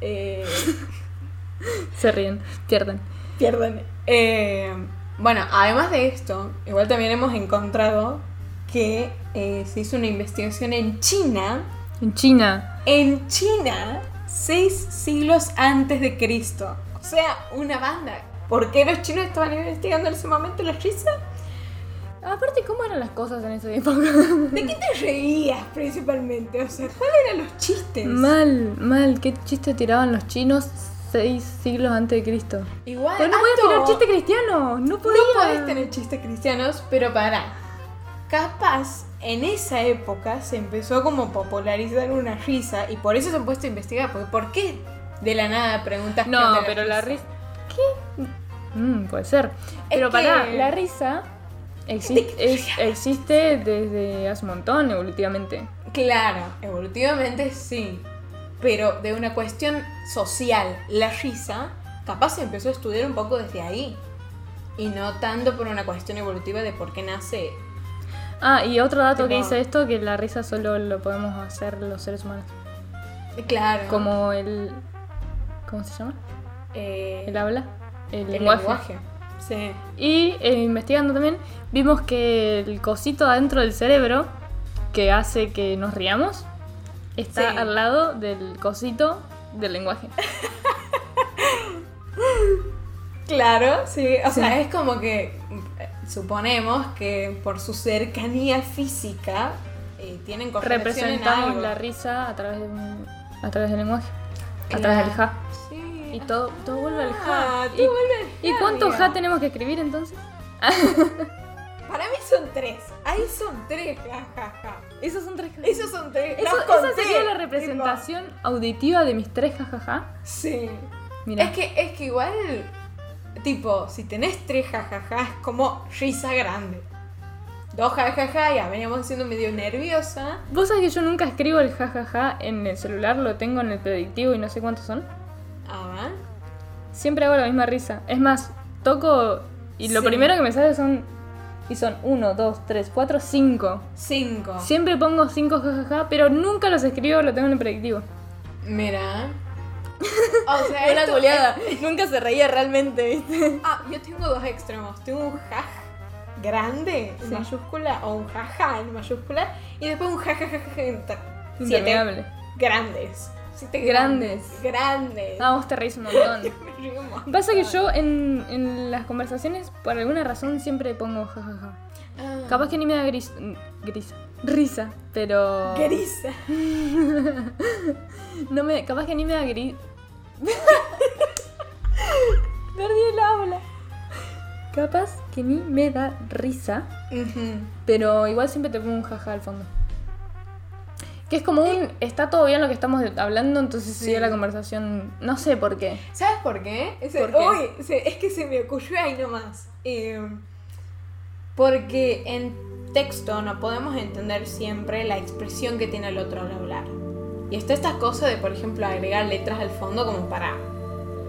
eh, Se ríen, pierden. pierden. Eh, bueno, además de esto, igual también hemos encontrado que eh, se hizo una investigación en China. En China. En China, seis siglos antes de Cristo. O sea, una banda. ¿Por qué los chinos estaban investigando en ese momento la risa? Aparte, ¿cómo eran las cosas en esa época? ¿De qué te reías principalmente? O sea, ¿cuáles eran los chistes? mal, mal. ¿Qué chiste tiraban los chinos seis siglos antes de Cristo? Igual, Pero no podías Anto, tirar chistes cristianos. Ah, No podías. No podés tener chistes cristianos, pero para. Capaz en esa época se empezó como a popularizar una risa y por eso se han puesto a investigar. Porque ¿por qué de la nada preguntas qué No, onda pero la risa. ¿Qué? Mm, puede ser. Pero que- pará, la risa exi- ¿De qué es- existe desde hace un montón evolutivamente. Claro, evolutivamente sí. Pero de una cuestión social, la risa, capaz se empezó a estudiar un poco desde ahí. Y no tanto por una cuestión evolutiva de por qué nace. Ah, y otro dato que Tipo- dice esto, que la risa solo lo podemos hacer los seres humanos. Claro. Como el... ¿Cómo se llama? eh, El habla. El, el lenguaje. lenguaje. Sí. Y eh, investigando también, vimos que el cosito adentro del cerebro que hace que nos riamos está Sí. al lado del cosito del lenguaje. Claro, sí. O Sí. sea, es como que mm, suponemos que por su cercanía física eh, tienen correlación en Representamos algo. la risa a través, de un- a través del lenguaje, a través del ja. Sí. Y todo, todo vuelve al ja. Ah, Y- todo vuelve al ¿Y ja, cuántos amiga. ja tenemos que escribir entonces? Para mí son tres. Ahí son tres. Ja, ja, ja. Esos son tres ja. Esos son tres. Eso- los esa conté, sería la tipo. representación auditiva de mis tres jajaja. Sí. Mira, Es que, es que igual, tipo, si tenés tres jajaja, es como risa grande. Dos jajaja, ya veníamos siendo medio nerviosa. vos sabés que yo nunca escribo el jajaja en el celular, lo tengo en el predictivo y no sé cuántos son. Ah, Siempre hago la misma risa. Es más, toco y lo Sí. primero que me sale son y son 1, 2, 3, 4, 5. cinco. Siempre pongo 5 jajaja, pero nunca los escribo, lo tengo en el predictivo. Mira. O sea, esto- nunca se reía realmente, ¿viste? Ah, yo tengo dos extremos. Tengo un jaj grande en Sí. mayúscula o un jaja en mayúscula y después un jajajaja en ta- siete Interminable. grandes. Siete Grandes. grandes. Grandes. Ah, vos te reís un montón. Me río un montón. Pasa que yo en, en las conversaciones, por alguna razón, siempre pongo jajaja. Ah. Capaz que ni me da gris, grisa, risa, pero... Grisa. No me, capaz que ni me da gris. Perdí el habla. Capaz que ni me da risa, Ujú. pero igual siempre te pongo un jaja al fondo. Que es como un. Está todo bien lo que estamos hablando, entonces Sí. sigue la conversación. No sé por qué. ¿Sabes por qué? Es, ¿Por qué? Uy, se- es que se me ocurrió ahí nomás. Eh, porque en texto no podemos entender siempre la expresión que tiene el otro al hablar. Y está esta cosa de, por ejemplo, agregar letras al fondo como para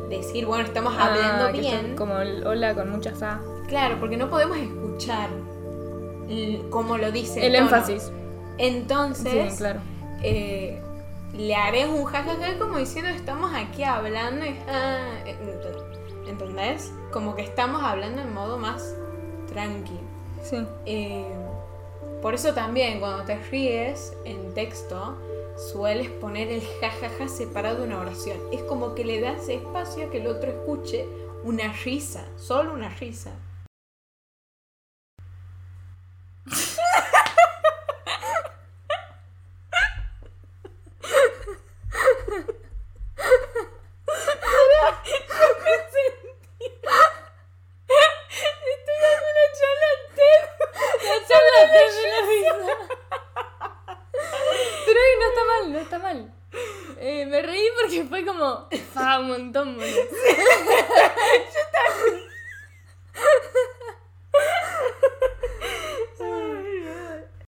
decir, bueno, estamos hablando Ah, que bien. son Como el hola con muchas A. Claro, porque no podemos escuchar l- como lo dice. El tono. énfasis. Entonces, Sí, claro. eh, le haré un jajaja como diciendo estamos aquí hablando y ah, eh, ent- ¿entendés? Como que estamos hablando en modo más tranqui. Sí. Eh, por eso también cuando te ríes en texto sueles poner el jajaja separado de una oración. Es como que le das espacio a que el otro escuche una risa, solo una risa. Pero hoy no está mal, no está mal. Eh, me reí porque fue como. Ah, un montón, boludo. Yo